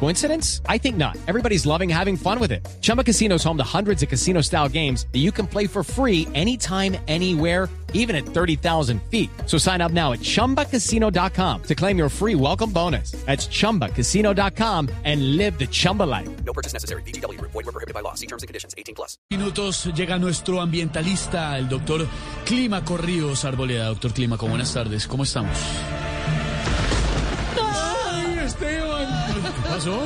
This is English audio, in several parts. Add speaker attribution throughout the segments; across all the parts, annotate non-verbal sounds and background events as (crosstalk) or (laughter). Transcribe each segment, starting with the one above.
Speaker 1: Coincidence? I think not. Everybody's loving having fun with it. Chumba Casino is home to hundreds of casino style games that you can play for free anytime, anywhere even at 30,000 feet. So sign up now at ChumbaCasino.com to claim your free welcome bonus. That's ChumbaCasino.com and live the Chumba life.
Speaker 2: No purchase necessary. BGW. Void were prohibited by law. See terms and conditions. 18 plus.
Speaker 3: minutos llega nuestro ambientalista, el doctor Clímaco Ríos Arboleda. Doctor Clímaco, buenas tardes, ¿cómo estamos?
Speaker 4: ¡Ay, Esteban!
Speaker 3: ¿Qué pasó?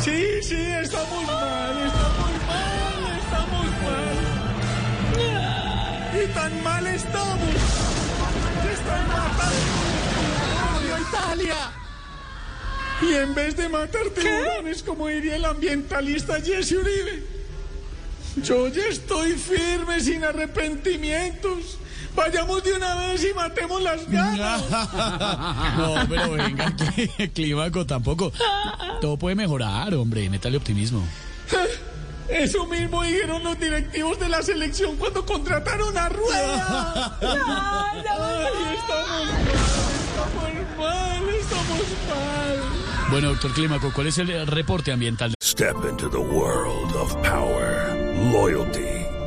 Speaker 4: Sí, sí, estamos mal, estamos mal, estamos mal. Y tan mal estamos. que están matando odio a Italia. Y en vez de matar tiburones, como diría el ambientalista Jesse Uribe, yo ya estoy firme sin arrepentimientos. Vayamos de una vez y matemos las ganas.
Speaker 3: No, pero venga, (laughs) Clí- Clímaco tampoco. Todo puede mejorar, hombre, métale optimismo.
Speaker 4: (laughs) Eso mismo dijeron los directivos de la selección cuando contrataron a Rueda. Ay, estamos mal, estamos mal, estamos mal.
Speaker 3: Bueno, doctor Clímaco, ¿cuál es el eh, reporte ambiental?
Speaker 5: Step into the world of power, loyalty,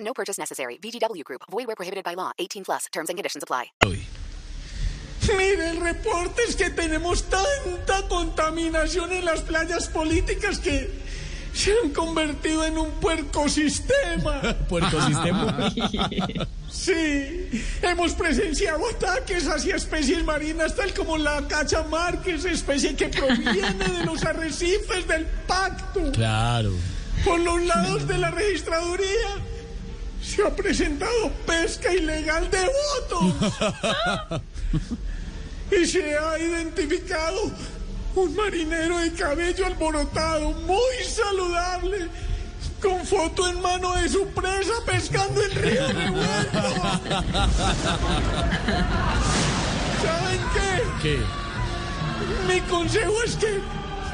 Speaker 6: No purchase necessary. VGW Group. Void where prohibited by law. 18 plus. Terms and conditions apply.
Speaker 3: Hoy.
Speaker 4: Mire, el reporte es que tenemos tanta contaminación en las playas políticas que se han convertido en un puercosistema.
Speaker 3: Puerto Sistema.
Speaker 4: (laughs) Sí, hemos presenciado ataques hacia especies marinas tal como la cachamarca, esa especie que proviene de los arrecifes del pacto.
Speaker 3: Claro.
Speaker 4: Por los lados de la registraduría se ha presentado pesca ilegal de votos. y se ha identificado un marinero de cabello alborotado, muy saludable, con foto en mano de su presa pescando en río revuelto. ¿Saben qué?
Speaker 3: ¿Qué? (laughs)
Speaker 4: Mi consejo es que